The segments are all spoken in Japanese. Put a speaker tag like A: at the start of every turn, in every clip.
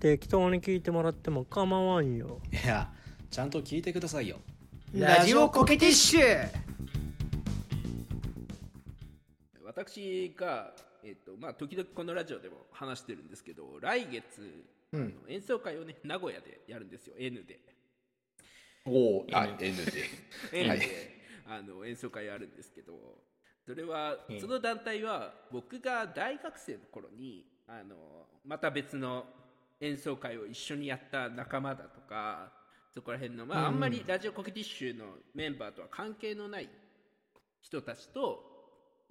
A: 適当に聞いてもらっても構わんよ
B: いやちゃんと聞いてくださいよ
C: ラジオコケティッシュ
D: 私が、えっとまあ、時々このラジオでも話してるんですけど来月、
B: うん
D: あの演奏会をね名古屋でやるんですよ N で
B: おおあ N で
D: N で、
B: はい
D: あの演奏会やるんですけどそれはその団体は僕が大学生の頃にあのまた別の演奏会を一緒にやった仲間だとかそこら辺の、まあ、あんまりラジオコケティッシュのメンバーとは関係のない人たちと、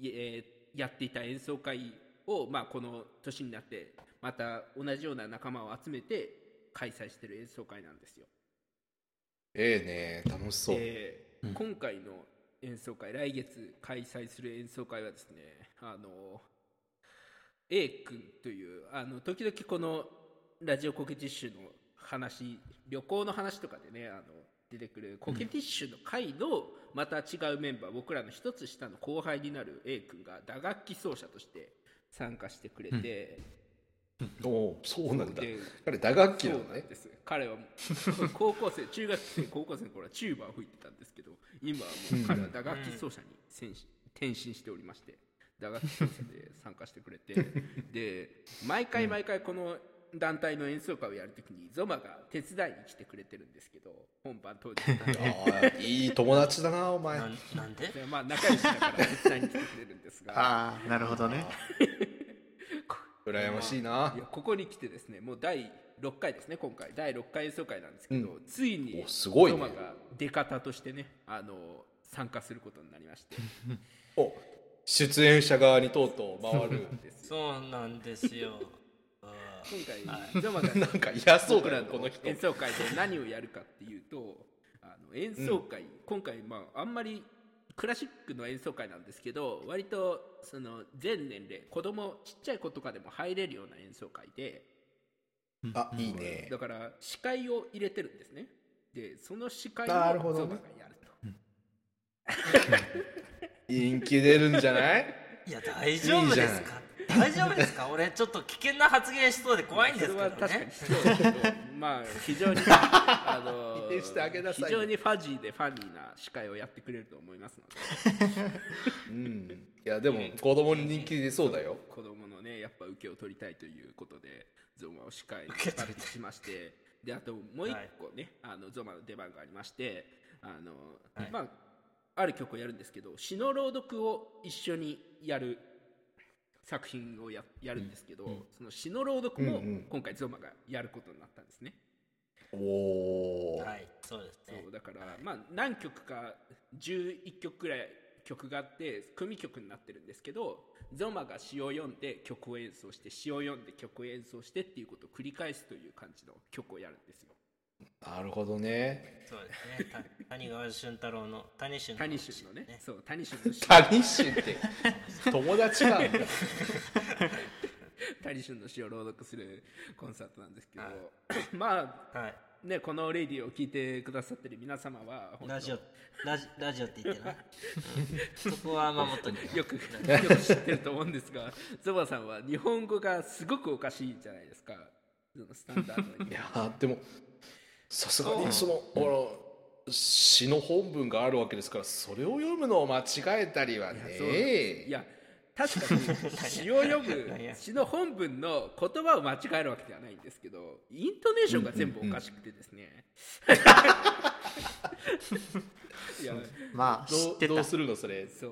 D: えーやっていた演奏会を、まあ、この年になってまた同じような仲間を集めて開催してる演奏会なんですよ。
B: ええね楽しそう、
D: で
B: うん
D: 今回の演奏会来月開催する演奏会はですねあの A 君というあの時々このラジオコケティッシュの話旅行の話とかでねあの出てくるコケティッシュの会のまた違うメンバー、僕らの一つ下の後輩になる A 君が打楽器奏者として参加してくれて、
B: おおそうなんだ
D: で
B: 彼打楽器
D: そう
B: なの
D: なん
B: ね
D: です彼はもう高校生中学生高校生の頃はチューバーを吹いてたんですけど今はもう彼は打楽器奏者に転身転身しておりまして打楽器奏者で参加してくれてで毎回毎回この団体の演奏会をやるときにゾマが手伝いに来てくれてるんですけど本番当日
B: ああいい友達だなお前
C: なんなんで
D: でまあ仲良しだから手伝いに来てくれるんですが
C: ああなるほどね
B: 羨ましいない
D: やここに来てですねもう第6回ですね今回第6回演奏会なんですけど、ついに
B: おすごいね
D: マが出方としてねあの参加することになりま して
B: お出演者側にとうとう回る
C: そうなんですよ
D: 今回ゾマが
B: なんか嫌そう
D: 僕
B: だ
D: ら
B: なこ
D: の
B: の人
D: 演奏会で何をやるかっていうとあの演奏会、今回、まあ、あんまりクラシックの演奏会なんですけど割とその全年齢子供ちっちゃい子とかでも入れるような演奏会で。
B: あいいね
D: だから司会を入れてるんですねでその司会を
B: なるほ
D: ゾ
B: ど
D: マ
B: ね
D: がやると
B: 人気出るんじゃない
C: いや大丈夫ですか大丈夫ですか俺ちょっと危険な発言しそうで怖いんですけ
D: それは
C: ど
D: 確か
C: ね
D: にそうだけど まあ非 常にあ
B: 否定してあげ
D: の
B: なさい
D: 非常にファジーでファニーな司会をやってくれると思いますので
B: うんいやでも子供に人気出そうだよ
D: 子供のねやっぱ受けを取りたいということでゾマを司会に引っ張り出しましてであともう一個ね、あのゾマの出番がありましてあの、
C: はい
D: まあある曲をやるんですけど詩の朗読を一緒にやる作品をややるんですけど、その詩の朗読も
B: うんうん
D: 今回ゾマがやることになったんですね。
B: おお
C: はいそうですね
D: そうだから、まあ、何曲か11曲くらい曲があって組曲になってるんですけどゾマが詩を読んで曲を演奏して詩を読んで曲を演奏してっていうことを繰り返すという感じの曲をやるんですよ
B: なるほどね
C: そうですねた谷川俊太郎の谷俊
D: 谷俊のねそう谷俊の詩
B: 谷氏って友達なんだ
D: 谷俊の詩を朗読するコンサートなんですけどまあ
C: はい
D: ねこのレディを聞いてくださってる皆様は本当
C: ラジオラジラジオって言ってなそこは守っ とけ
D: よくよく知ってると思うんですがゾマさんは日本語がすごくおかしいじゃないですかそのスタンダードに
B: いやーでもさすがにそのあの詩の本文があるわけですからそれを読むのを間違えたりはね
D: そうなんですいや確かに詩を読む
C: いや
D: 詩の本文の言葉を間違えるわけではないんですけどイントネーションが全部おかしくてですね、いや
E: まあ
B: ど
E: 知
B: う
E: って
B: どう
E: た
B: するのそれ
D: そう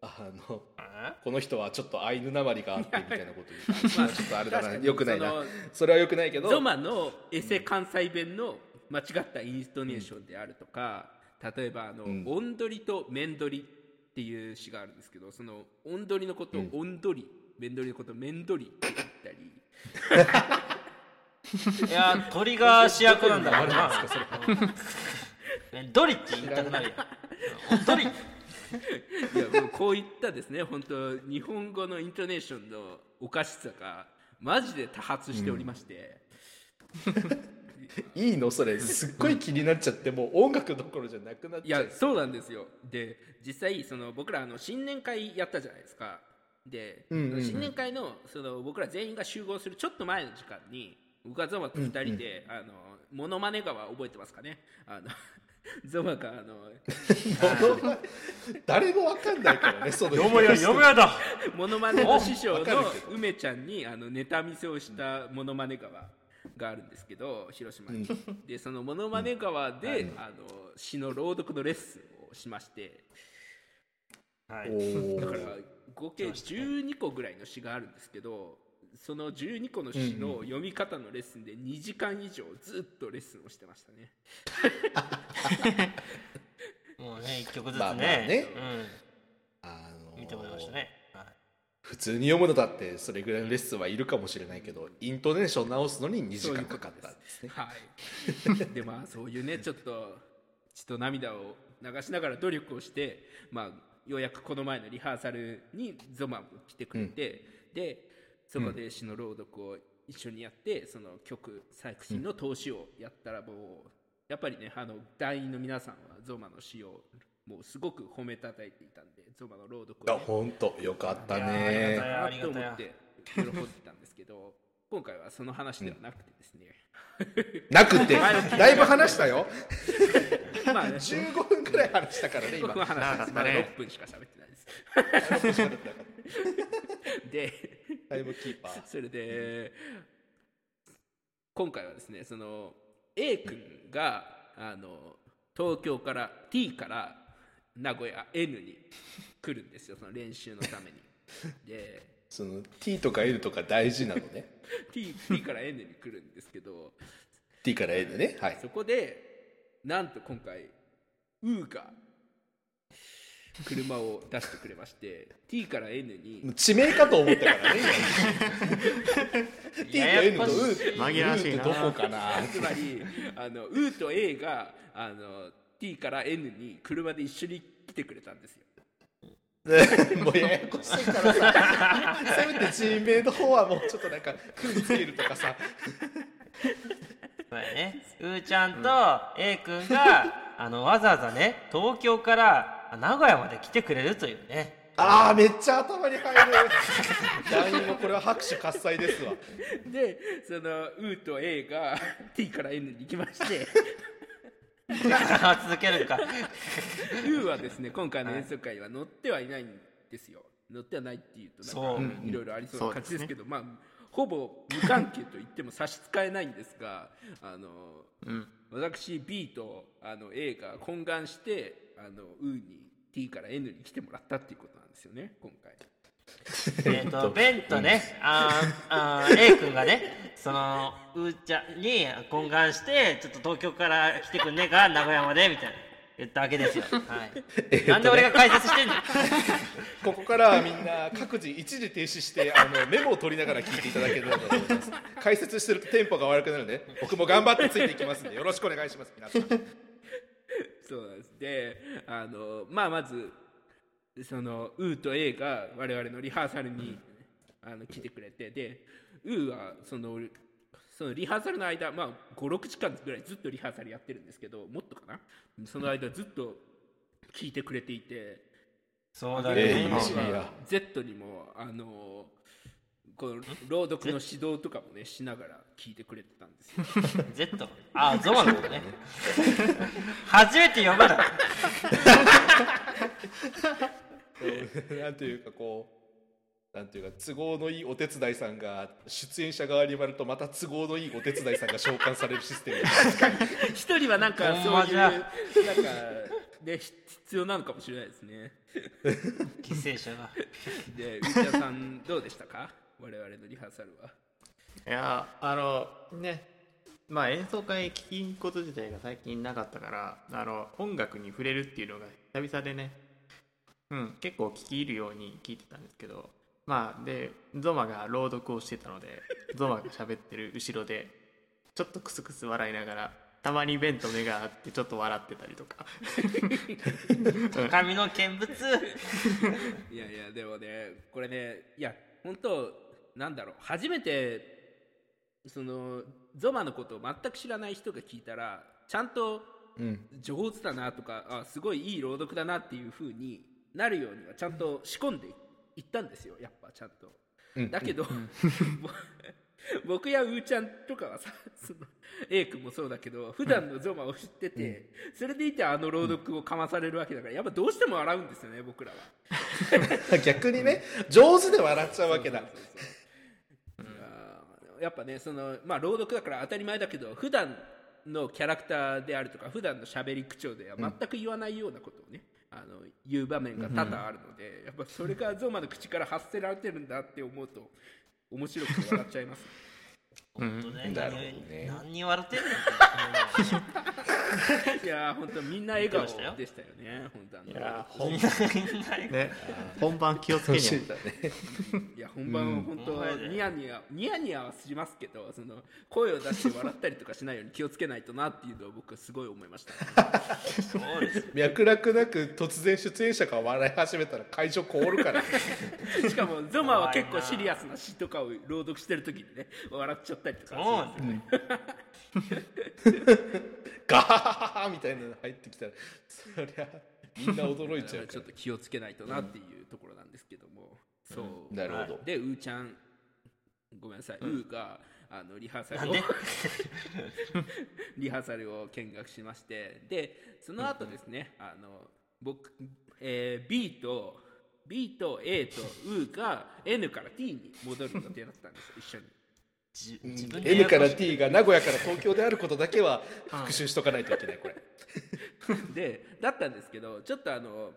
B: あの
C: あ
B: この人はちょっとアイヌなまりがあってみたいなこと 言う
D: ま あ
B: ちょっとあれだな
D: 確かに
B: よくないな
D: その
B: それはよくないけど
D: ゾマのエセ関西弁の間違ったイントネーションであるとか、例えばあの、
B: ん
D: 音取りと面取りっていう詩があるんですけどその音取りのことを音取り、面取りのことを面取りって言ったり
C: いや鳥が主役なんだからな
B: 何ですか
C: うんドリって言いたくなるようんドリ
D: い やもうこういったですね本当日本語のイントネーションのおかしさがマジで多発しておりまして、
B: それいいのそれすっごい気になっちゃってもう音楽どころじゃなくなっ
D: い
B: ちゃ
D: や
B: う
D: そうなんですよで実際その僕らあの新年会やったじゃないですかで、
B: うんうんうん
D: 新年会のその僕ら全員が集合するちょっと前の時間に僕はゾマと2人で、あのモノマネ川覚えてますかねあの ゾマがあの
B: 誰もわかんないからねその
A: よもやよもやだ
D: モノマネの師
B: お
D: 匠の
B: わかるけど
D: 梅ちゃんにあのネタ見せをしたモノマネ川があるんですけど広島に、でそのモノマネ川で、あの詩の朗読のレッスンをしまして
B: おー
D: だから合計12個ぐらいの詩があるんですけどその12個の詩の読み方のレッスンで2時間以上ずっとレッスンをしてましたね
C: もうね一曲ずつね,、
B: まあまあねあの
C: う
B: ー
C: ん見てもらいましたね、はい
B: 普通に読むのだってそれぐらいのレッスンはいるかもしれないけどイントネーション直すのに2時
D: そうい
B: 間
D: うこ
B: か
D: と
B: かったんですね
D: はい、 でまあそういうねちょっと血と涙を流しながら努力をして、まあ、ようやくこの前のリハーサルにゾマも来てくれて、でそこで詩の朗読を一緒にやってその曲作品の投資をやったらもうやっぱりねあの団員の皆さんはゾマの詩をもうすごく褒めたたいていたんでゾマの朗読
B: いや
D: をね、
B: ほんとよかった
C: い
B: ね
C: や
D: あ
C: あ
D: り
C: り
D: が
C: が
D: と
C: た
D: 思
C: や
D: って喜んでたんですけど今回はその話ではなくてですね、
B: なくてだいぶ話したよ
D: まあね
B: 15分くらい話したからね今
D: 僕は話してないですまだ
E: 長かったね
D: 6分しか喋ってないです
B: タ
D: で
B: イムキーパー
D: それで今回はですねその A 君があの東京から T から名古屋 N に来るんですよその練習のためにで
B: その T とか L とか大事なのね
D: T, T から N に来るんですけど
B: T から L ねはい
D: そこでなんと今回ウーが車を出してくれまして T から N に
B: 地名かと思ったからね今 T と
C: やや
B: N
C: ことし
B: U
C: い
E: 紛らわしいな
B: ってどこかな
D: つまりあの U と A があの T から N に車で一緒に来てくれたんですよ
B: もうややこしいからさせめて地名の方はもうちょっとなんかクーつけるとかさ
C: そうやね。うーちゃんと A 君 が、あの、わざわざね、東京からあ名古屋まで来てくれるというね。
B: あーめっちゃ頭に入る団員もこれは拍手喝采ですわ
D: でその U と A が T から N に行きまして
C: 続ける か。
D: U はですね今回の演奏会は乗ってはいないんですよ乗ってはないっていうとなんか
C: そ
D: いろいろありそうな感じですけど、まあほぼ無関係と言っても差し支えないんですがあの
E: うん
D: 私 B とあの A が懇願してあの U に T から N に来てもらったっていうことなんですよね今回
C: えっと、ベンとね、あーあー A 君がね、その、うーちゃんに懇願して、ちょっと東京から来てくんねえか、名古屋まで、みたいな。言ったわけですよ。はい。なんで俺が解説してん の
B: ここからはみんな各自一時停止してあのメモを取りながら聞いていただければと思います解説してるとテンポが悪くなるので僕も頑張ってついていきますんでよろしくお願いします皆さん
D: そうなんですであのまあまずその U と A が我々のリハーサルに、あの来てくれてで U はそのそのリハーサルの間、まあ、56時間ぐらいずっとリハーサルやってるんですけどもっとかなその間ずっと聞いてくれていて
C: そうだ
B: え
C: ね
B: え。
C: もう
B: いいや
D: Z にもあのこの朗読の指導とかもねしながら聞いてくれてたんですよ
C: Z。あー、ゾマのことね。初めて読まない。
B: なんていうかこうなんていうか都合のいいお手伝いさんが出演者側に回るとまた都合のいいお手伝いさんが召喚されるシス テム
D: 一人はなんかそういう
C: ほんま
D: なん
C: じ
D: か
C: ゃ
D: ねひ必要なのかもしれないですね
C: 犠牲者が。
D: で、内田さんどうでしたか 我々のリハーサルは。
E: いやあのねまあ演奏会聴きんこと自体が最近なかったからあの音楽に触れるっていうのが久々でね、うん、結構聴き入るように聞いてたんですけどまあでゾマが朗読をしてたのでゾマが喋ってる後ろでちょっとクスクス笑いながらたまに弁と目が合ってちょっと笑ってたりとか
C: 神の見物。
D: いやいや、でもね、これね、いや、本当なんだろう、初めて、その、ゾマのことを全く知らない人が聞いたら、ちゃんと上手だなとか、あすごいいい朗読だなっていう風になるようには、ち ゃんと仕込んでいったんですよ、やっぱ、ちゃんと。だけど、もう僕やうーちゃんとかはさ その A 君もそうだけど普段のゾマを知ってて、それでいてあの朗読をかまされるわけだからやっぱどうしても笑うんですよね僕らは
B: 逆にね上手で笑っちゃうわけだ
D: そうそうそうそうあーやっぱねその、まあ、朗読だから当たり前だけど普段のキャラクターであるとか普段のしゃべり口調では全く言わないようなことをね、あの言う場面が多々あるので、やっぱそれがゾウマの口から発せられてるんだって思うと面白くて笑っちゃいます、
C: 本当ね、
B: なるほどね
C: 何に笑ってんの
D: いやー本当みんな笑顔でしたよね本当あの
E: いやー本
C: みんな笑
E: ね本番気をつけにゃ
B: だね
D: いや本番は本
C: うん
D: 当ニヤニヤニヤニヤはしますけどその声を出して笑ったりとかしないように気をつけないとなっていうのを僕はすごい思いました
C: そうですよ
B: 脈絡なく突然出演者が笑い始めたら会場凍る からね
D: しかもゾマは結構シリアスな詩とかを朗読してる時にね笑っちゃったりとか
C: そうなんですよ
B: ガハハハハみたいなの入ってきたらそりゃみんな驚いちゃうか
D: ちょっと気をつけないとなっていうところなんですけども、そう
B: らなるほど
D: でうーちゃんごめんなさい、うーがあのリハーサルを
C: で
D: リハーサルを見学しましてでその後ですね、あの僕、えー B と B と A とうーが N から T に戻る予定だったんですよ一緒に。
C: じ自分で
B: N
C: や
B: か
C: やこ
B: ら
C: しい
B: T が名古屋から東京であることだけは復習しとかないといけないこれ
D: でだったんですけどちょっとあの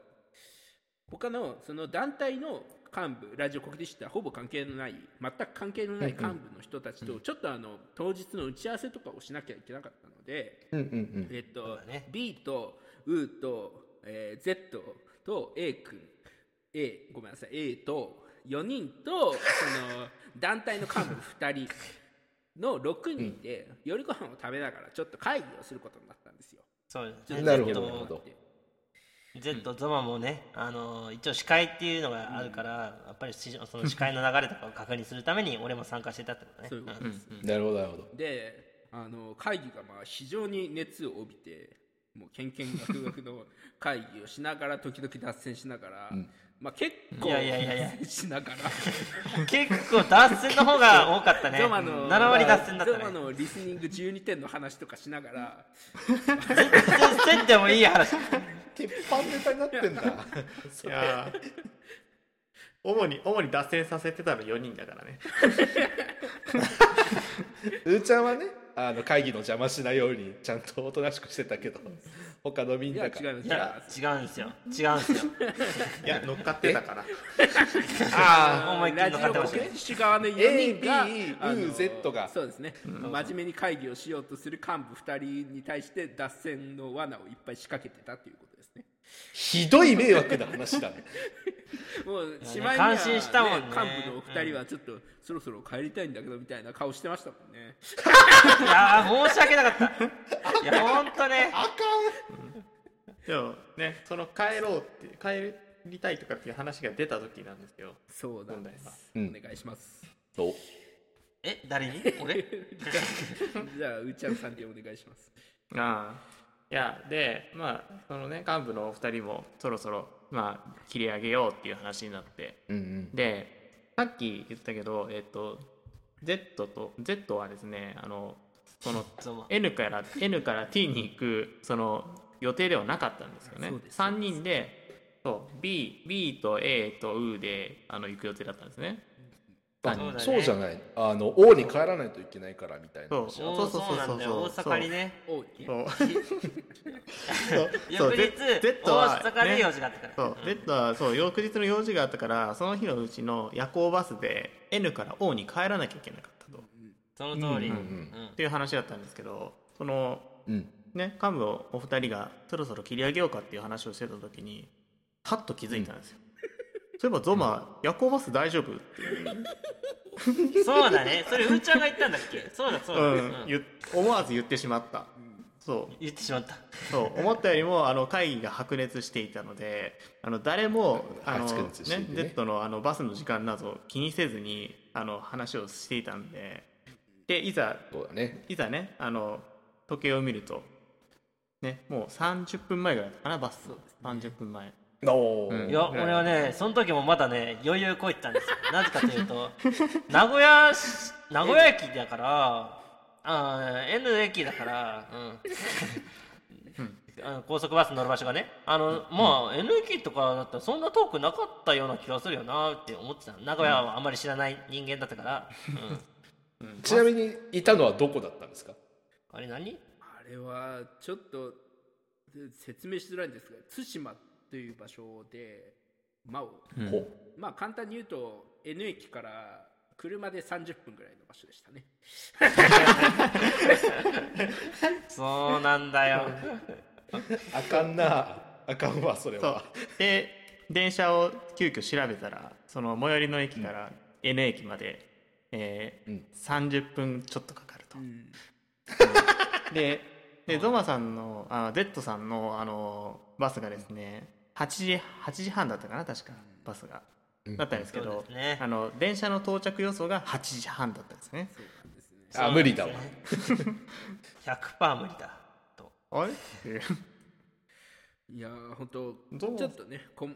D: 他のその団体の幹部ラジオ国立とはほぼ関係のない全く関係のない幹部の人たちとちょっとあの当日の打ち合わせとかをしなきゃいけなかったので、
B: うんうん
D: えっと
C: だね
D: B と U と、えー Z と A 君 A ごめんなさい A と4人とその団体の幹部2人の6人で夜ご飯を食べながらちょっと会議をすることになったんですよ。
C: そうです
D: ちょっ
C: ね
D: と
B: なるほど
C: えっと
B: なるほど
C: Z ゾマもね、あの一応司会っていうのがあるから、やっぱりしその司会の流れとかを確認するために俺も参加してたってことね。
D: そういうこと
C: ん
D: です、
B: なるほどなるほど
D: であの会議がまあ非常に熱を帯びてもうけんけんがくがくの会議をしながら時々脱線しながら、まあ、結構
C: いやいやいやいや
D: 脱線しな がら
C: 結構脱線の方が多かったね。
D: ゾマの
C: 7割脱線だった
D: ゾマ
C: ね。
D: のリスニング12点の話とかしなが ら
C: 全然でもいい話。
B: 鉄板ネタになってんだ
E: いやー主に主に脱線させてたの4人だからね
B: うーちゃんはねあの会議の邪魔しないようにちゃんとおとなしくしてたけど他のみん
D: いや
B: な
D: 違い
B: が
D: ます違い
C: いや
D: ま、す
C: 違うんですよ。違うんですよ。
E: いや乗っかってたから
B: あ
C: 思いっきり
D: ラ
C: の
D: ジ
C: か
D: オ
C: ってまし
D: 国
C: たね。
D: 立主側の4人が
B: A B
D: あの
B: U Z が
D: そうですね、真面目に会議をしようとする幹部2人に対して脱線の罠をいっぱい仕掛けてたということですね
B: ーひどい迷惑な話だね
D: もうしまいには、
C: 感心したもんね
D: 幹部のお二人はちょっと、そろそろ帰りたいんだけどみたいな顔してましたもんね
C: いやー申し訳なかった。いや本当ね。
E: でもねその帰ろうって帰りたいとかっていう話が出た時なんですよ
D: そうなんで
E: 問題は
D: す、
B: うん
D: お願いします
B: そう
C: え誰に？俺？
D: じゃあうーちゃんさんでお願いします
E: ああいやでまあそのね幹部のお二人もそろそろまあ切り上げようっていう話になって
B: うんうん
E: でさっき言ったけどえっと Z と Z はですねあのその
C: ゾマ。
E: N から N から T に行くその予定ではなかったんですよね
D: そうです
E: 3人でそう B, B と A と U であの行く予定だったんですね
B: あ
C: そうだね
B: そうじゃないあの王に帰らないといけないからみたいな
E: そう
B: 話
E: そう
C: おーそうなんだよ。大阪にね。
D: おうね
E: そう
C: 翌日
E: Z
C: 大
E: は
C: 阪で
E: ね
C: 用事があったから。
E: そう Z はそう翌日の用事があったからその日のうちの夜行バスで N から O に帰らなきゃいけなかったと
C: その通り。
B: う
C: うんん
B: うん
E: っていう話だったんですけどその
B: うん
E: ね幹部お二人がそろそろ切り上げようかっていう話をしてた時にハッと気づいた んですよ、そういえばゾマ、夜行バス大丈夫って、
C: そうだね。それうーちゃんが言ったんだっけ？そうだそうだ。
E: う
C: うん
E: ん言思わず言ってしまった、そう
C: 言ってしまった。
E: そう思ったよりもあの会議が白熱していたのであの誰もあの、
B: 白
E: ね
B: 熱していてね
E: Z のあのバスの時間など気にせずにあの話をしていたんででいざ
B: そうだね
E: いざねあの時計を見ると、ね、もう30分前ぐらいだったかなバス、30分前
B: お
E: うん
C: いや
E: ぐらい
C: 俺はねその時もまだね余裕こいてたんですよなぜかというと名古屋市名古屋駅だからあー N 駅だから、うん、あの高速バス乗る場所がねあのまあ N 駅とかだったらそんな遠くなかったような気がするよなって思ってたの名古屋はあんまり知らない人間だったから、うん、
B: ちなみにいたのはどこだったんですか
C: あれ何
D: あれはちょっと説明しづらいんですが対馬という場所で、まあ
B: ほう
D: まあ簡単に言うと N 駅から車で30分ぐらいの場所でしたね
C: そうなんだ よ
B: あかんなあかんわそれ
E: そう
B: は
E: で電車を急遽調べたらその最寄りの駅から N 駅まで、えー
B: うん
E: 30分ちょっとかかると、ででゾマさんのあの Z さんのあのバスがですね8時 ,8 時半だったかな確かバスが、だったんですけ
C: そう
E: ど
C: ですね
E: あの電車の到着予想が8時半だったんですね
B: あ無理だわ
C: 100%無理だと
E: あれっていう
D: いやー本
E: ど
D: 当
E: う
D: ちょっとねこん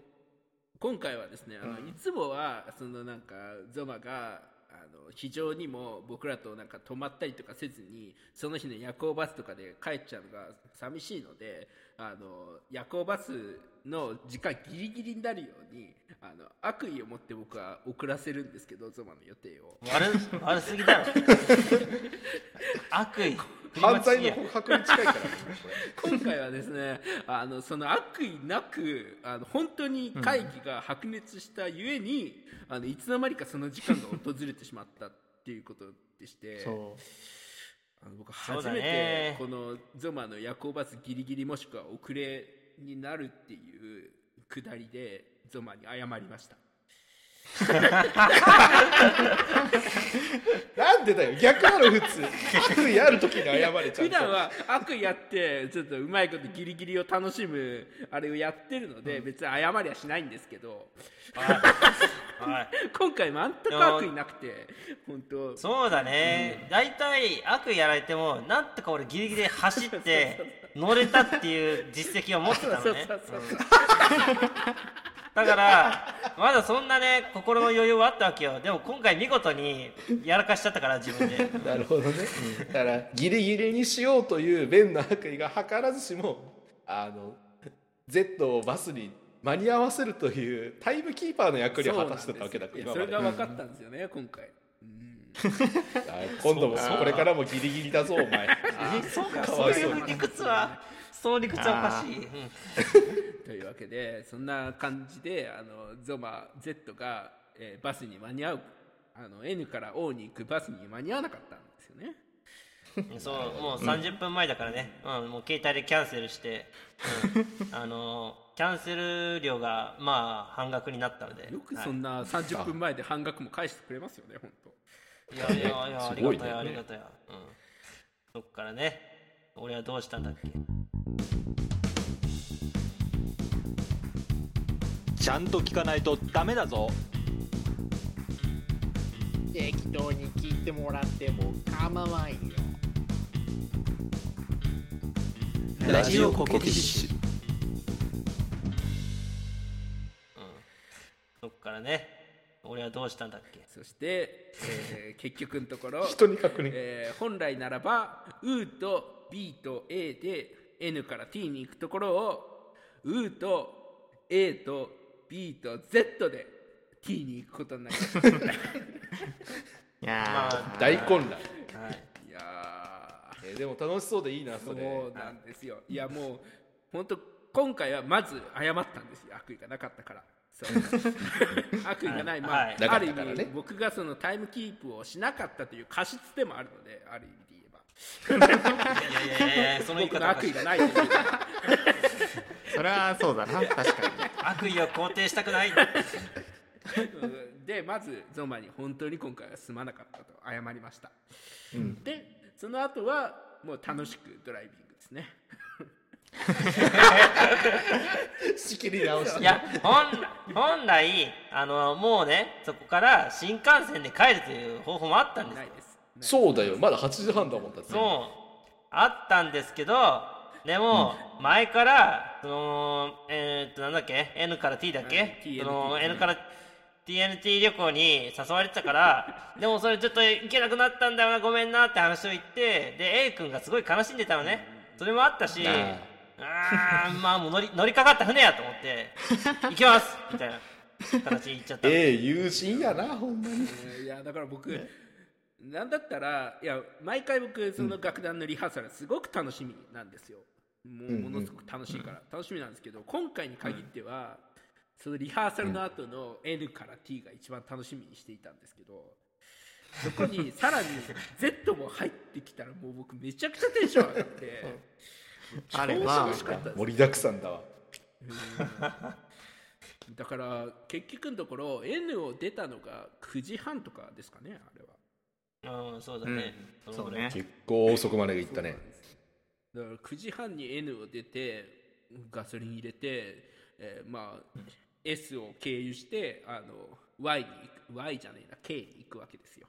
D: 今回はですねあの、いつもはそのなんかゾマがあの非常にも僕らとなんか泊まったりとかせずにその日の夜行バスとかで帰っちゃうのが寂しいのであの夜行バスの時間ギリギリになるようにあの悪意を持って僕は遅らせるんですけどゾマの予定を
C: 悪悪すぎだろ悪意
B: 犯罪の告白に近いからねこれ
D: 今回はですねあのその悪意なくあの本当に会議が白熱したゆえに、あのいつの間にかその時間が訪れてしまったっていうことでして
E: そう
D: あの僕
C: そう
D: 初
C: だ
D: め
C: ね
D: てこのゾマの夜行バスギリギリもしくは遅れになるっていうくだりでゾマに謝りました
B: なんでだよ逆なの普通悪意ある時に謝れちゃう
D: 普段は悪意やってちょっとうまいことギリギリを楽しむあれをやってるので、別に謝りはしないんですけど
C: はい
D: 今回全く悪意なくて本当
C: そうだね、大体悪意やられてもなんとか俺ギリギリ走って 乗れたっていう実績を持ってたのねだからまだそんなね心の余裕はあったわけよでも今回見事にやらかしちゃったから自分で
B: なるほどね、だからギリギリにしようという弁の悪意が図らずしもあの Z をバスに間に合わせるというタイムキーパーの役割を果たしてたわけだから
D: い
B: 今
D: やそ
B: ま
D: れ
B: で
D: が分かったんですよね、今回
B: あ今度もこれからもギリギリだぞお前
C: えそうか
B: か
C: そう
B: わい
C: い
B: そう
C: う理屈はその理屈はおかしい、うん
D: というわけでそんな感じであのゾマ Z が、えーバスに間に合うあの N から O に行くバスに間に合わなかったんですよね
C: そうもう30分前だからね、うんもう携帯でキャンセルして、う んあのーキャンセル料がまあ半額になったので
D: よく
C: はい
D: そんな30分前で半額も返してくれますよね本当
C: いやいやいや、あ
B: す
C: りが
B: ごいね
C: たや、ありがたや。うん。そっからね、俺はどうしたんだっけ。
F: ちゃんと聞かないとダメだぞ
G: 適当に聞いてもらっても構わんよ
F: ラジオコケティッシュ
C: そっからね、俺はどうしたんだっけ。
D: そして、えー結局のとこ ろ
B: 人に確認
D: えー本来ならば U と B と A で N から T に行くところを U と A と B と Z で T に行くことになり ましたい
E: いやー、
C: ま
B: 大混乱、
C: はい。
D: や
B: えーでも楽しそうでいいな
D: ー
B: そ
D: そ
B: れ
D: うなんですよいやもう本当今回はまず謝ったんですよ悪意がなかったから。そう 悪意がない、まあ
C: はい
B: なか
D: あ
B: っ
D: る意
B: た
D: 味
B: からね、
D: 僕がそのタイムキープをしなかったという過失でもあるのである意味で言えば
C: いやいやいやいや、その言い
D: 僕
C: 方
D: の
C: おか
D: 悪
C: し
D: 意
C: い
D: がないというか
E: それはそうだな確かに
C: 悪意を肯定したくない。
D: うん でまずゾマに本当に今回はすまなかったと謝りました、でその後はもう楽しくドライビングですね
B: 仕切り直し
C: い
B: て
C: や、本、本来、あの、もうね、そこから新幹線で帰るという方法もあったんです
D: ない
C: よ。
D: です
B: そうだよまだ8時半だもんだって
C: そう、あったんですけど、でも、前から、そのえー、っとなんだっけ N から T だっけ、
D: うん TNT
C: その N から TNT 旅行に誘われてたからでもそれちょっと行けなくなったんだよなごめんなって話を言ってで A 君がすごい悲しんでたのねそれもあったし
B: あ
C: あーまあもう乗り乗りかかった船やと思って「行きます」みたいな形で行っちゃった
B: ええ友人やなほんまに
D: えーいやだから僕、なんだったらいや毎回僕その楽団のリハーサルすごく楽しみなんですよ、もう
B: うんうん
D: ものすごく楽しいから、楽しみなんですけど今回に限っては、そのリハーサルの後の N から T が一番楽しみにしていたんですけどそこにさらに Z も入ってきたらもう僕めちゃくちゃテンション上がって
E: あれ
D: 超
E: は
D: 楽しかったです
B: 盛りだくさんだわ
D: だから結局のところ N を出たのが9時半とかですかねあれは
C: うんそうだね、
E: うん
C: の
E: そう
C: ぐらい
E: ね
B: 結構遅くまで行ったね
D: だから9時半に N を出てガソリン入れて、えーまあ S を経由してあの Y に行く Y じゃねえな K に行くわけですよ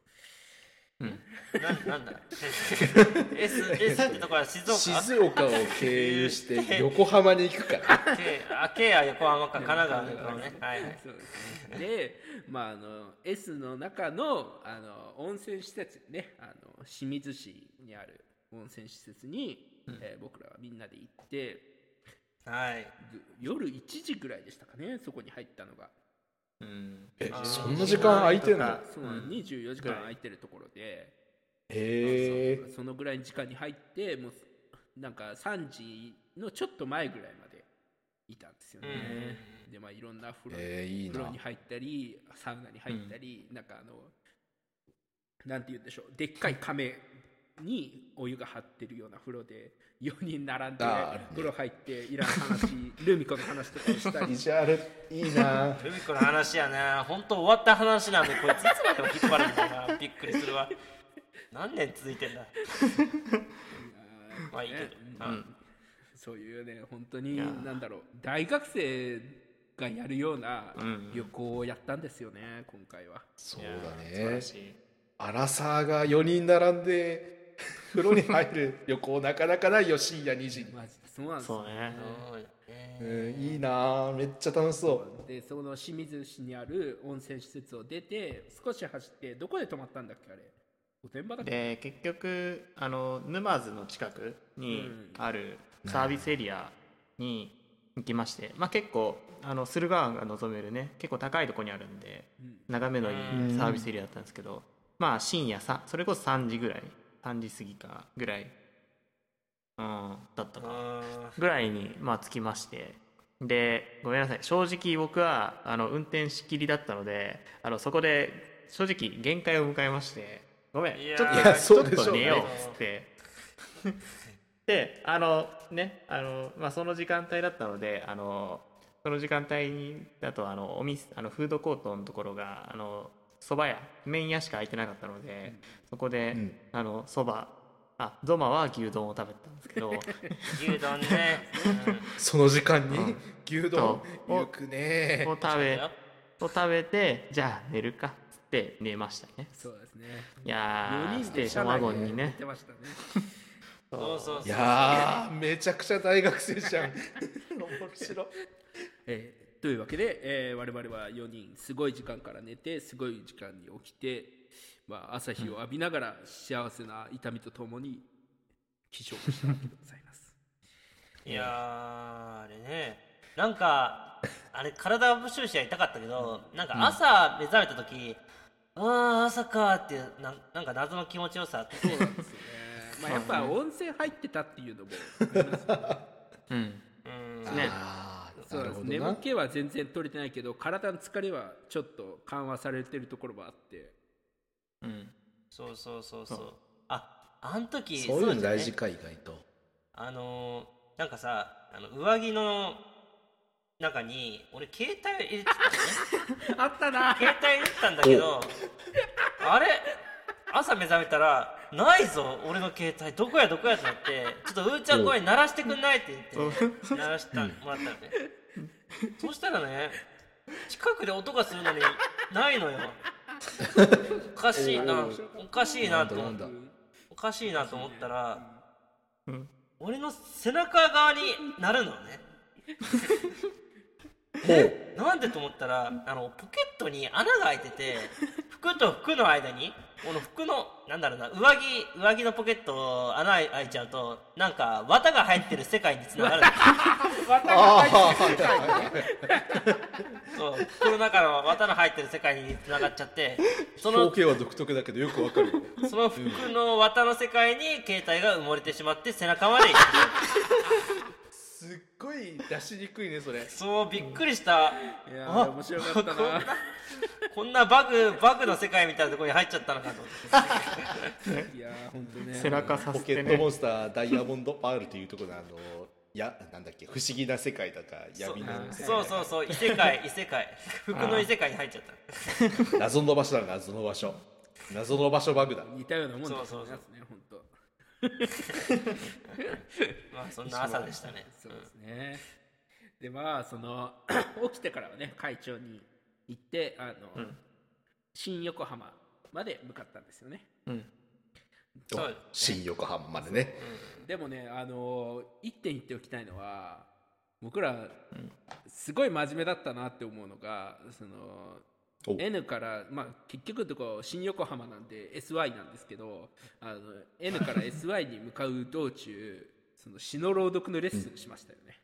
C: ななんだ S, S ってとこは静岡
B: 静岡を経由 して横浜に行くから
C: K あ K は横浜か神奈川の横浜ねはいはい
D: そうですねで、まあ、あの S の中のあの温泉施設ねあの清水市にある温泉施設に、えー僕らはみんなで行って
C: はい
D: ぐ夜1時ぐらいでしたかねそこに入ったのが
E: うん
B: えそんな時間空いてんの
E: あ
B: へ
D: そう24時間空いてるところで、
B: え
D: そうそのぐらいの時間に入ってもうなんか3時のちょっと前ぐらいまでいたんですよね、でまあいろんな風呂,、
B: えーいいな
D: 風呂に入ったりサウナに入ったり、なんかあのなんて言うんでしょうでっかい亀にお湯が張ってるような風呂で4人並んで
B: あーあるね
D: 風呂入っていらん話ルミ子の話とかをしたり
B: ビジュアルいいな
C: ルミ子の話やね本当終わった話なんでこいついつまでも引っ張るんだなびっくりするわ何年続いてんだまあいいけど、うん
D: そういうね本当になんだろう大学生がやるような旅行をやったんですよね、今回は
B: そう
E: いや
B: だ
E: 素晴
B: ね
E: らしい
B: アラサーが4人並んで風呂に入る旅行なかなかないよ深夜2時に、
D: マジでそうなんですよ
E: そうね
C: そうね
B: うん、いいなめっちゃ楽しそう
D: でその清水市にある温泉施設を出て少し走ってどこで泊まったんだっけあれおてんばだっけ
E: で結局あの沼津の近くに
D: うん
E: あるサービスエリアに行きまして、まあ、結構あの駿河湾が望めるね結構高いとこにあるんで
D: うん
E: 眺めのいいサービスエリアだったんですけど、まあ深夜さそれこそ3時ぐらい3時過ぎかぐらい、うん、だったかな
C: あ
E: ぐらいに、まあ、着きましてでごめんなさい正直僕はあの運転しきりだったのであのそこで正直限界を迎えましてごめん
C: いやー
E: ちょっ
C: い
E: と
B: や
E: ち
B: そ
E: ょ
B: う
E: っ
B: でしょうね
E: と寝ようっつってであのねあの、まあ、その時間帯だったのであのその時間帯にだとあのお店あのフードコートのところがあの蕎麦屋麺屋しか空いてなかったので、そこで、
B: うん
E: あの蕎麦あゾマは牛丼を食べたんです けど
C: ー牛丼ね、
B: その時間に、
E: うん
B: 牛丼
E: そう
B: よくね
E: を食べを食べてじゃあ寝るかっつって寝ましたね
D: そうですね
E: いや
D: 4
E: ー
D: 人
E: ス
D: で
E: テーションワゴンに
D: 寝
E: ね
D: てましたね
C: うん、そうそう
B: い
C: そう
B: やーめちゃくちゃ大学生じゃん面白い
D: えーというわけで、えー我々は4人すごい時間から寝てすごい時間に起きて、まあ、朝日を浴びながら幸せな痛みとともに起床したわけでござい ます。
C: いやーあれねなん かあれ体は不終始は痛かったけど、なんか朝目覚めた時、ああ朝かーっていうなんなんか謎の気持ちよさあっ て
D: そうなんですよね。まあやっぱ温泉入ってたっていうのもありますよね。
E: うん
C: うん
E: ね
B: あー
D: そう
B: なる
D: なん
B: ほ
D: です
B: ど
D: 眠
B: な
D: 気は全然取れてないけど体の疲れはちょっと緩和されてるところもあって
E: うん
C: そうそうそうそうああん時
B: そういうの
C: だね
B: 大事か意外と
C: あのー、なんかさあの上着の中に俺携帯入れてたのね
D: あったな
C: 携帯入れてたんだけどあれ朝目覚めたらないぞ俺の携帯どこやどこやとなってちょっとうーちゃん声鳴らしてくんないって言って鳴らしたもらったのねそしたらね近くで音がするのにないのよおかしいなおかしいなと思
B: な
C: っ
B: ん
C: て
B: だ
C: おかしいなと思ったら、
E: うん
C: 俺の背中側になるのねなんでと思ったらあのポケットに穴が開いてて服と服の間にこの服のなんだろうな上着上着のポケット穴開いちゃうとなんか綿が入ってる世界につながるんです
B: ああ
C: よそう服の中の綿の入ってる世界につながっちゃってその
B: 表現は独特だけどよくわかるよ
C: その服の綿の世界に携帯が埋もれてしまって背中まで行ってしまう
B: すっごい出しにくいねそれ
C: そうびっくりした、
D: いやー面白かったな
C: こんなバグバグの世界みたいなところに入っちゃったのかと思っ て
D: いやー本当ね
E: 背中さ
B: ポ
E: せ
B: ケ
E: て
B: ットモ
E: ね
B: ンスターダイヤモンドパールというところのあのやなんだっけ不思議な世界だか闇の
C: そうそうそう異世界異世界服の異世界に入っちゃった
B: 謎の場所だ謎の場所謎の場所バグだ
D: 似たようなもんだと
C: そうそう
D: 思い
C: そう
D: ますね本当
C: まあそんな朝でしたね。
D: そうですね。でまあその 起きてからはね会長に行ってあの、
E: うん
D: 新横浜まで向かったんですよね。
B: と
C: そう
B: 新横浜までね
D: でもねあの一点言っておきたいのは僕らすごい真面目だったなって思うのがその
B: お
D: N から、まあ、結局のとこ新横浜なんで SY なんですけどあの N から SY に向かう道中その詩の朗読のレッスンしましたよね。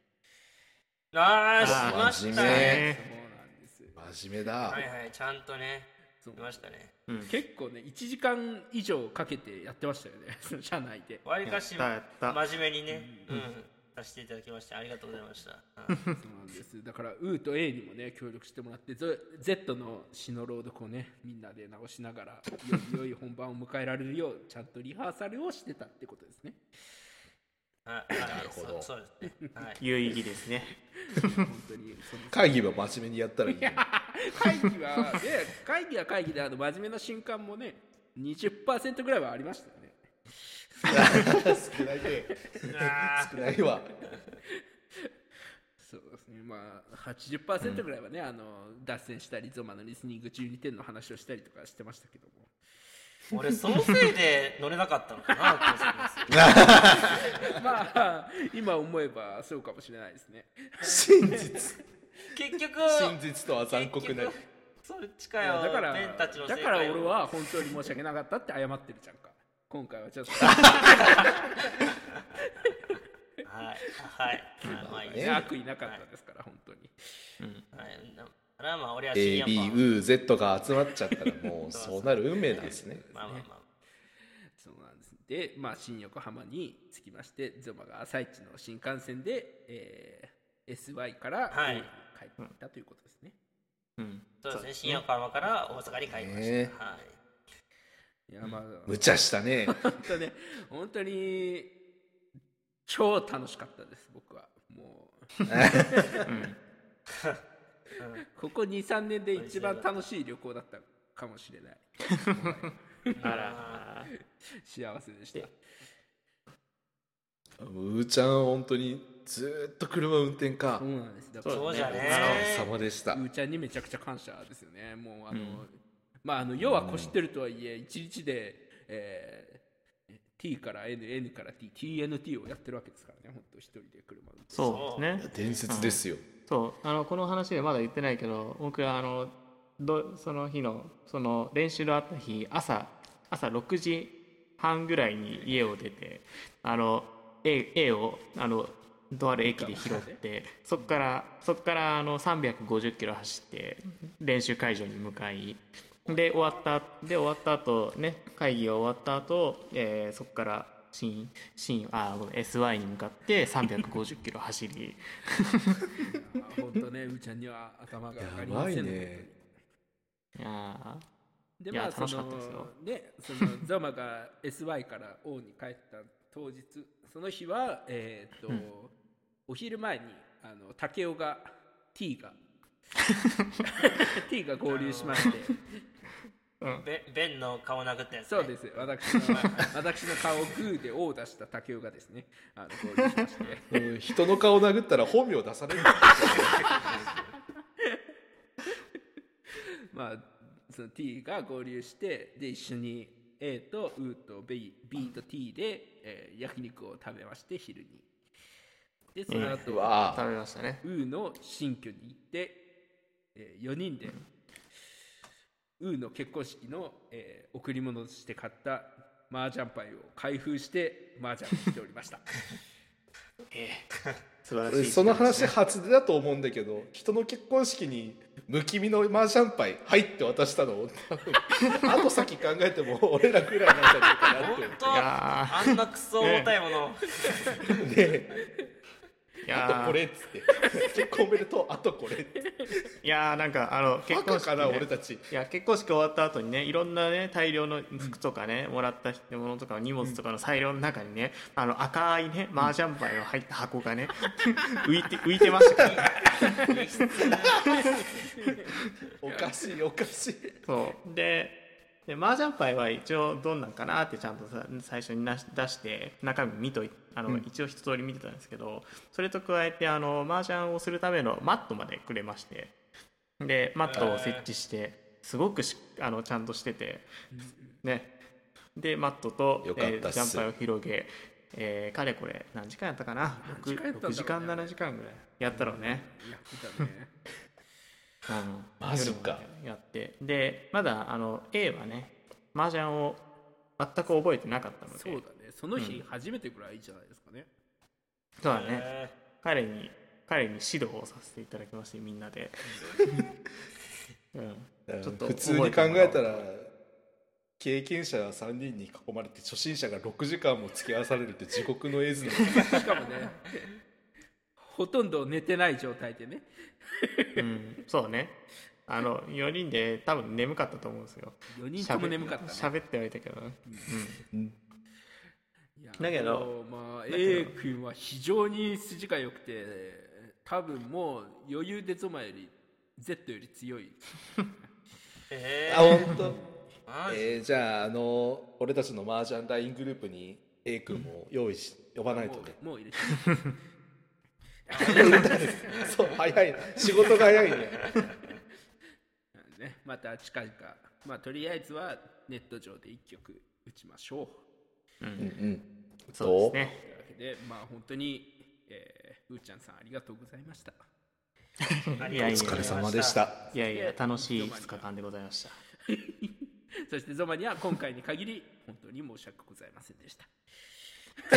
C: ああし
B: あ
C: ま
B: ー真
C: し
B: 面
C: た
B: 目
C: ね。
B: ね
D: そうなんです
B: 真面目だ、
C: はいはいちゃんとね
D: そう
C: しましたね。
D: 結構ね1時間以上かけてやってましたよねその車内で
C: わりかし
E: やったやった
C: 真面目にねうんさせていただきましてありがとうございました。うん
D: そうなんですだから「U」と「A」にもね協力してもらって「Z」Z の詩の朗読をねみんなで直しながらより 良い本番を迎えられるようちゃんとリハーサルをしてたってことですね
C: はいはい
B: なるほど
C: そうそうですね。はい。
E: 有意義ですね
D: 本当にその
B: 会議は真面目にやったらいいのに
D: 会議は、ね、 会議は会議であの真面目な瞬間もね20%ぐらいはありましたよね
B: 少ないね
C: あ
B: 少ないわ
D: そうですねまあ80%ぐらいはね、あの脱線したりゾマのリスニング12点の話をしたりとかしてましたけども
C: ー俺そのせいで乗れなかったのかなって思います。
D: まあ今思えばそうかもしれないですね
B: 真実
C: 結局
B: 真実とは残酷 な
C: 結局そっちか
D: だ
C: よ。
D: から
C: ベンたちの世
D: だ
C: 界を
D: から俺は本当に申し訳なかったって謝ってるじゃんか今回はちょっ と
C: はいはいあまあいい
B: ね
C: や。
D: 悪意なかったですから本当に
C: はいだからまあ俺は深夜パン。
B: ABUZ が集まっちゃったらもうそうなる運命なんですね
C: まあまあまあ。
D: そうなんですでまあ新横浜に着きましてゾマが朝一の新幹線で、えー SY から
C: はい
D: えー帰ってきたということですね、
E: うん
C: そうですね新横浜から大阪に帰りま
B: ね
C: した。はい。
D: いやまあ
B: 無茶したね
D: 本当ね本当に超楽しかったです僕はも う ここ23年で一番楽しい旅行だったかもしれない
E: あら
D: 幸せでした
B: うーちゃん本当にずーっと車運転か
D: そうなんですだから
C: そうじゃね
B: お疲れ様でした
D: うーちゃんにめちゃくちゃ感謝ですよねもうあの、まああの世はこしてるとはいえ1日で、えー T から NN から TTNT をやってるわけですからね本当一人で車運転
E: そうですね
B: 伝説ですよ
E: そうあのこの話でまだ言ってないけど僕はあのどその日のその練習のあった日朝朝6時半ぐらいに家を出てあの A, A をあのとある駅で拾ってそこからそこからあの350キロ走って練習会場に向かいで終わったで終わった後ね会議が終わった後、えーそこから新新あごめん SY に向かって350キロ走り。
D: あ本当ねうーちゃんには頭が
B: や
D: 上がりま
B: ば
D: せ
B: い
D: ん
B: ね
E: いや
D: で
E: いや
D: まあそ
E: 楽しか
D: の
E: ったですよ
D: ねその ザマが SY から O に帰った当日その日はえーっと、お昼前にあの竹雄が T が T が合流しまして
C: ベベンの顔殴ったやつ、ね、
D: そうです私の私の顔をグーで O を出した竹雄がですねあの合流しまして
B: うん人の顔殴ったら本名出されるんだよ
D: まあその T が合流してで一緒に A と U と B, B と T で、えー焼肉を食べまして昼にでその後
B: う
D: は
B: わあ
E: 食べましたね
D: ウーの新居に行って、え4人で、ウーの結婚式の、えー贈り物として買った麻雀パイを開封して麻雀をしておりました
E: 素晴らしい、
B: 俺その話初だと思うんだけど人の結婚式にむきみのマージャンパイ入って渡したの あと先考えても俺らぐらいなんじゃないかなって
C: 本当
E: いや
C: あんなクソ重たいもの、
B: 思ってで
E: いや
B: あ
E: ー
B: とこれっつって結婚おめでとうあとこれって
E: いやーなんかあの結
B: バ
E: 婚
B: カ
E: 式、
B: かな俺
E: ね、
B: たち
E: いや結婚式終わった後にねいろんなね大量の服とかね、もらったものとか荷物とかの裁量の中にねあの赤いね麻雀牌の入った箱がね 浮いて浮いてましたから
B: おかしいおかしい
E: そうでで麻雀牌は一応どんなんかなってちゃんとさ最初になし出して中身見といあの、一応一通り見てたんですけどそれと加えてあの麻雀をするためのマットまでくれましてでマットを設置してすごくしあのちゃんとしててねでマットと、
B: よかっ
E: え
B: た
E: ー
B: っす
E: ジャンパイを広げ、えー、かれこれ何時間やったかな
D: 何時間やったんだろうね
E: 6, 時間7時間ぐらいやったろうね、
D: やってたね
E: うん、
B: マジか
E: 夜もやってでまだあの A はね麻雀を全く覚えてなかったので
D: そうだねその日初めてぐらいじゃないですかね、
E: そうだね彼に彼に指導をさせていただきましてみんなで、うん、ちょっと
B: 普通に考えたら経験者3人に囲まれて初心者が6時間も付き合わされるって地獄の絵図の
D: しかもねほとんど寝てない状態でね
E: うん、そうねあの4人で多分眠かったと思うんですよ
D: 4人とも眠かったね
E: 喋ってはいたけどね
D: いや
E: だけど
D: まあ
E: だけど
D: A 君は非常に筋が良くて多分もう余裕でゾマより Z より強い
C: え
B: あ本当。
C: ー、マジ
B: えーじゃああの俺たちの麻雀 LINE グループに A 君も用意し呼ばないと
D: も
B: ね
D: うもう入れて
B: そう早い仕事が 早いね
D: ね、 また近々、まあ、とりあえずはネット上で1曲打ちましょう。
E: そうですね
D: というわけで、まあ、本当に、えー、うーちゃんさんありがとうございました。
E: いやいや
B: お疲れ様でした
E: いやいや楽しい2日間でございました
D: そしてゾマには今回に限り、本当に申し訳ございませんでした。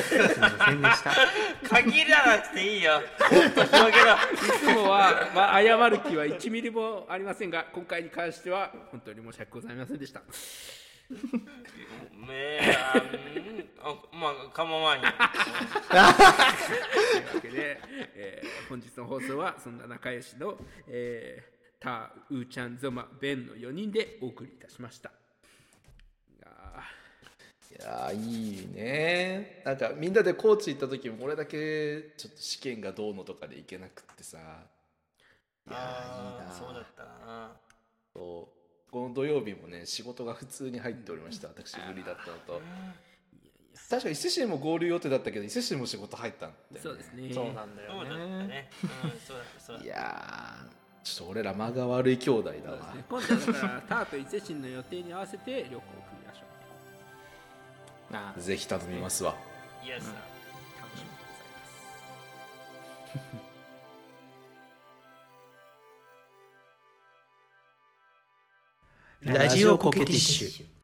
E: すいませんでした
C: 限らなくていいよもっと広げろ
D: いつもは、まあ、謝る気は1ミリもありませんが、今回に関しては本当に申し訳ございませんでした。
C: めえあうんあまあ構わんよ
D: というわけで、えー本日の放送はそんな仲良しの、えー、タウーちゃんゾマベンの4人でお送りいたしました。いや
B: いやー
D: ー
B: いいねなんかみんなでコーチ行った時も俺だけちょっと試験がどうのとかで行けなくってさ
C: あーそうだったな
B: そうこの土曜日もね仕事が普通に入っておりました私無理だったのと確か伊勢市も合流予定だったけど伊勢市も仕事入ったんだよね
D: そうですね。
E: そうなんだよ
C: そうだった
E: ね
C: ねうんそうだったそうだ
B: い
C: っ
B: やーちょっと俺ら間が悪い兄弟だわ
D: 今度はだからターと伊勢神の予定に合わせて旅行を組みましょう
E: なあ
B: ぜひ頼みますわ
C: たイエスだ
D: 楽しみでございます
A: ラジオコケティッシュ